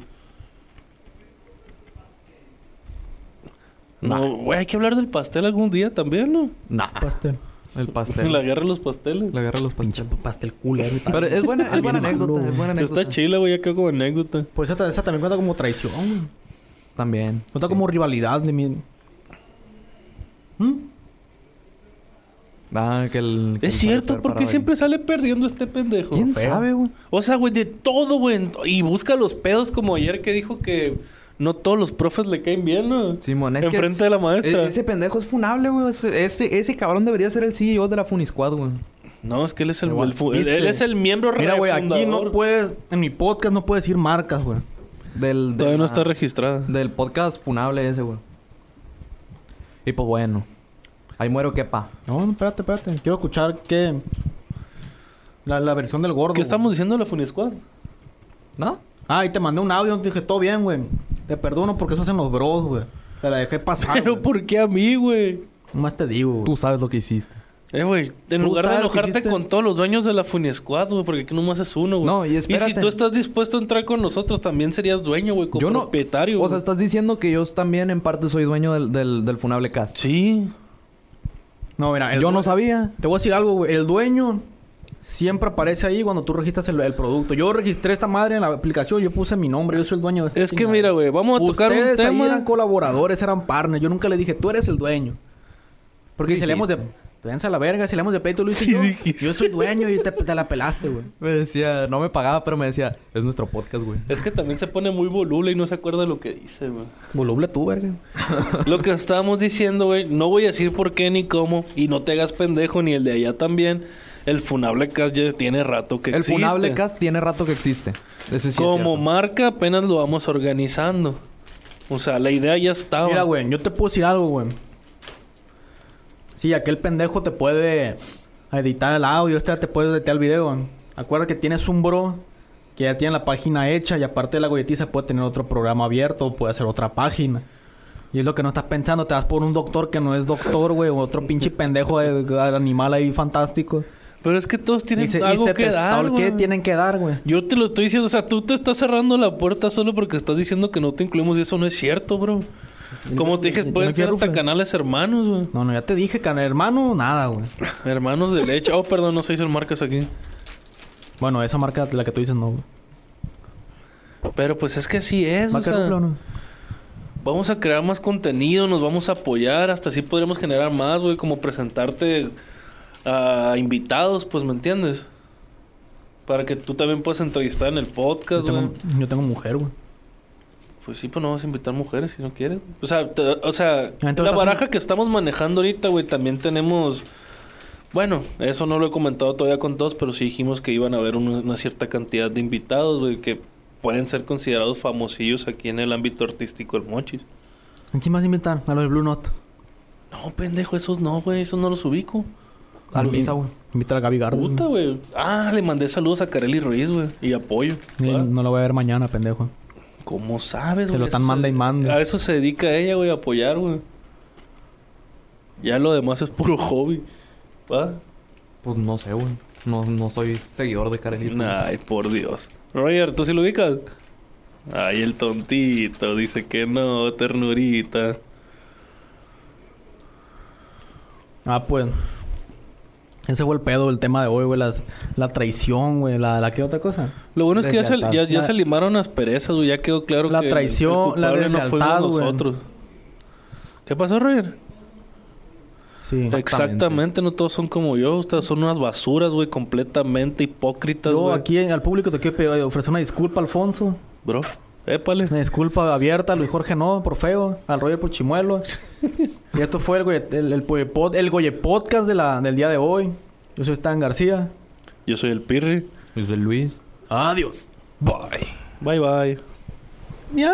[SPEAKER 3] No, güey, hay que hablar del pastel algún día también, ¿no?
[SPEAKER 4] Nah.
[SPEAKER 2] Pastel.
[SPEAKER 4] El
[SPEAKER 3] <laughs>
[SPEAKER 4] pastel.
[SPEAKER 3] La guerra de los pasteles.
[SPEAKER 4] La guerra de los
[SPEAKER 2] Pinche
[SPEAKER 4] pasteles.
[SPEAKER 2] pastel culero. mi
[SPEAKER 4] Pero
[SPEAKER 2] padre.
[SPEAKER 4] es buena, es
[SPEAKER 2] Bien
[SPEAKER 4] buena
[SPEAKER 2] malo,
[SPEAKER 4] anécdota.
[SPEAKER 2] güey.
[SPEAKER 4] Es buena anécdota.
[SPEAKER 3] Está chila, güey, ya quedó como anécdota.
[SPEAKER 2] Pues esa, esa también cuenta como traición, güey.
[SPEAKER 4] También.
[SPEAKER 2] No está como rivalidad de mi...
[SPEAKER 4] Ah, que el... que
[SPEAKER 3] Es
[SPEAKER 4] el
[SPEAKER 3] cierto,
[SPEAKER 4] parecer
[SPEAKER 3] ¿por
[SPEAKER 4] para
[SPEAKER 3] qué
[SPEAKER 4] bailar.
[SPEAKER 3] siempre sale perdiendo este pendejo?
[SPEAKER 4] ¿Quién sabe, güey?
[SPEAKER 3] O sea, güey, de todo, güey. Y busca los pedos como ayer que dijo que no todos los profes le caen bien, ¿no?
[SPEAKER 4] Simón, es que-
[SPEAKER 3] Enfrente de la maestra.
[SPEAKER 4] E- ese pendejo es funable, güey. Ese, ese, ese cabrón debería ser el CEO de la Funisquad, güey.
[SPEAKER 3] No, es que él es el,
[SPEAKER 2] Igual.
[SPEAKER 3] el fu- él, él
[SPEAKER 2] ¿Viste?
[SPEAKER 3] es el miembro
[SPEAKER 2] Mira, güey, aquí no
[SPEAKER 3] refundador.
[SPEAKER 2] puedes... En mi podcast no puedes decir marcas, güey.
[SPEAKER 4] Del, de
[SPEAKER 3] Todavía no
[SPEAKER 4] la-
[SPEAKER 2] Ah.
[SPEAKER 3] está registrada.
[SPEAKER 4] Del podcast funable ese, güey. Y pues bueno. Ahí muero, quepa.
[SPEAKER 2] No, no, espérate, espérate. Quiero escuchar que... La, la versión del gordo.
[SPEAKER 3] ¿Qué
[SPEAKER 2] güey.
[SPEAKER 3] estamos diciendo de la Funisquad?
[SPEAKER 4] ¿No?
[SPEAKER 2] Ah, y te mandé un audio donde dije, todo bien, güey. Te perdono porque eso hacen los bros, güey. Te la dejé pasar,
[SPEAKER 3] Pero
[SPEAKER 2] Ah, güey.
[SPEAKER 3] ¿por qué a mí, güey?
[SPEAKER 2] Nomás te digo, güey.
[SPEAKER 4] Tú sabes lo que hiciste.
[SPEAKER 3] Eh, güey, en
[SPEAKER 2] Tú
[SPEAKER 3] lugar de
[SPEAKER 2] sabes que
[SPEAKER 3] enojarte
[SPEAKER 2] hiciste-
[SPEAKER 3] con todos los dueños de la Funisquad, güey, porque aquí nomás es uno, güey.
[SPEAKER 4] No, y
[SPEAKER 3] Y
[SPEAKER 4] espérate.
[SPEAKER 3] si tú estás dispuesto a entrar con nosotros, también serías dueño, güey,
[SPEAKER 4] Yo no-
[SPEAKER 3] copropietario.
[SPEAKER 4] O sea,
[SPEAKER 3] güey.
[SPEAKER 4] estás diciendo que yo también en parte soy dueño del, del, del funable cast.
[SPEAKER 3] Sí.
[SPEAKER 2] No, mira, el
[SPEAKER 4] Yo no
[SPEAKER 2] due-
[SPEAKER 4] sabía.
[SPEAKER 2] Te voy a decir algo, güey. El dueño siempre aparece ahí cuando tú registras el, el producto. Yo registré esta madre en la aplicación, yo puse mi nombre, yo soy el dueño de esta
[SPEAKER 3] Es que
[SPEAKER 2] chingada.
[SPEAKER 3] mira, güey, vamos a tocar un
[SPEAKER 2] Ustedes ahí
[SPEAKER 3] tema.
[SPEAKER 2] eran colaboradores, eran partners. Yo nunca le dije, tú eres el dueño. Porque si le hemos de. Te vienes a la verga, si le hemos de pleito, Luis.
[SPEAKER 3] Sí
[SPEAKER 2] y yo,
[SPEAKER 3] dijiste.
[SPEAKER 2] yo soy dueño y te, te la pelaste, güey.
[SPEAKER 4] Me decía, no me pagaba, pero me decía, es nuestro podcast, güey.
[SPEAKER 3] Es que también se pone muy voluble y no se acuerda de lo que dice, güey.
[SPEAKER 2] Voluble tú, verga.
[SPEAKER 3] Lo que estábamos diciendo, güey, no voy a decir por qué ni cómo, y no te hagas pendejo, ni el de allá también. El Funable Cast ya tiene rato que
[SPEAKER 4] El
[SPEAKER 3] existe.
[SPEAKER 4] funable cast tiene rato que existe. Eso sí es
[SPEAKER 3] Como
[SPEAKER 4] cierto.
[SPEAKER 3] marca apenas lo vamos organizando. O sea, la idea ya estaba.
[SPEAKER 2] Mira, güey, yo te puedo decir algo, güey. Sí, aquel pendejo te puede editar el audio, este te puede editar el video. Acuérdate que tienes un bro que ya tiene la página hecha y aparte de la golletiza puede tener otro programa abierto, puede hacer otra página. Y es lo que no estás pensando, te vas por un doctor que no es doctor, güey, o otro pinche pendejo de- de animal ahí fantástico.
[SPEAKER 3] Pero es que todos tienen
[SPEAKER 2] Y se- y
[SPEAKER 3] algo
[SPEAKER 2] se
[SPEAKER 3] que
[SPEAKER 2] te-
[SPEAKER 3] dar,
[SPEAKER 2] ¿Qué
[SPEAKER 3] güey.
[SPEAKER 2] tienen que dar, güey?
[SPEAKER 3] Yo te lo estoy diciendo, o sea, tú te estás cerrando la puerta solo porque estás diciendo que no te incluimos y eso no es cierto, bro. Como te dije,
[SPEAKER 2] no
[SPEAKER 3] pueden ser
[SPEAKER 2] quiero,
[SPEAKER 3] hasta
[SPEAKER 2] güey.
[SPEAKER 3] canales hermanos, güey.
[SPEAKER 2] No, no, ya te dije, can hermano, nada, güey.
[SPEAKER 3] Hermanos de leche. Oh, perdón, no se hizo el marcas aquí.
[SPEAKER 2] Bueno, esa marca de la que tú dices no, güey.
[SPEAKER 3] Pero pues es que así es, o
[SPEAKER 2] ¿Marca
[SPEAKER 3] sea,
[SPEAKER 2] Rufla o no?
[SPEAKER 3] Vamos a crear más contenido, nos vamos a apoyar, hasta así podremos generar más, güey, como presentarte a invitados, pues, ¿me entiendes? Para que tú también puedas entrevistar en el
[SPEAKER 2] Yo
[SPEAKER 3] podcast, güey.
[SPEAKER 2] tengo, yo tengo mujer, güey.
[SPEAKER 3] Pues sí, pues no vas a invitar mujeres si no quieres. O sea, te- o sea
[SPEAKER 2] Entonces,
[SPEAKER 3] la baraja
[SPEAKER 2] hacen-
[SPEAKER 3] que estamos manejando ahorita, güey, también tenemos... Bueno, eso no lo he comentado todavía con todos, pero sí dijimos que iban a haber un- una cierta cantidad de invitados, güey, que pueden ser considerados famosillos aquí en el ámbito artístico del Mochis.
[SPEAKER 2] ¿A quién más invitar? A los de Blue Note.
[SPEAKER 3] No, pendejo, esos no, güey, esos no los ubico.
[SPEAKER 4] Al
[SPEAKER 2] Los-
[SPEAKER 4] misa, güey.
[SPEAKER 2] Invitar a Gaby Gardo.
[SPEAKER 3] Puta, güey. Ah, le mandé saludos a Kareli Ruiz, güey, y apoyo.
[SPEAKER 2] Eh,
[SPEAKER 3] Ah,
[SPEAKER 2] No lo voy a ver mañana, pendejo.
[SPEAKER 3] ¿Cómo sabes,
[SPEAKER 2] Te
[SPEAKER 3] güey?
[SPEAKER 2] lo están
[SPEAKER 3] Eso se-
[SPEAKER 2] manda y manda.
[SPEAKER 3] A eso se dedica ella, güey, a apoyar, güey. Ya lo demás es puro hobby. ¿Va?
[SPEAKER 4] Pues no sé, güey. No, no soy seguidor de Karelito.
[SPEAKER 3] Ay, por Dios. Roger, ¿tú sí lo ubicas? Ay, el tontito dice que no, ternurita.
[SPEAKER 2] Ah, pues. Ese fue el pedo, el tema de hoy, güey. Las, la traición, güey. La, ¿La qué otra cosa?
[SPEAKER 3] Lo bueno es que ya se, ya, ya
[SPEAKER 2] La-
[SPEAKER 3] se limaron las perezas, güey. Ya quedó claro
[SPEAKER 2] La
[SPEAKER 3] que el- el
[SPEAKER 2] traición, la
[SPEAKER 3] culpable no fuimos
[SPEAKER 2] deslealtad, güey.
[SPEAKER 3] nosotros. ¿Qué pasó, Roger?
[SPEAKER 2] Sí.
[SPEAKER 3] Exactamente. no todos son como yo. Ustedes son unas basuras, güey, completamente hipócritas,
[SPEAKER 2] Yo
[SPEAKER 3] güey.
[SPEAKER 2] aquí al público te quiero pedir- ofrecer una disculpa, Alfonso.
[SPEAKER 3] Bro, Épale.
[SPEAKER 2] Una disculpa abierta a Luis Jorge No, por feo, al Roger
[SPEAKER 3] <laughs>
[SPEAKER 2] Pochimuelo. y esto fue el, Goye- el, el Goye Pod- el Goye Podcast de la, del día de hoy. Yo soy Stan García.
[SPEAKER 3] Yo soy el Pirri.
[SPEAKER 4] Yo soy Luis.
[SPEAKER 2] Adiós. Bye.
[SPEAKER 3] Bye bye.
[SPEAKER 2] Ya.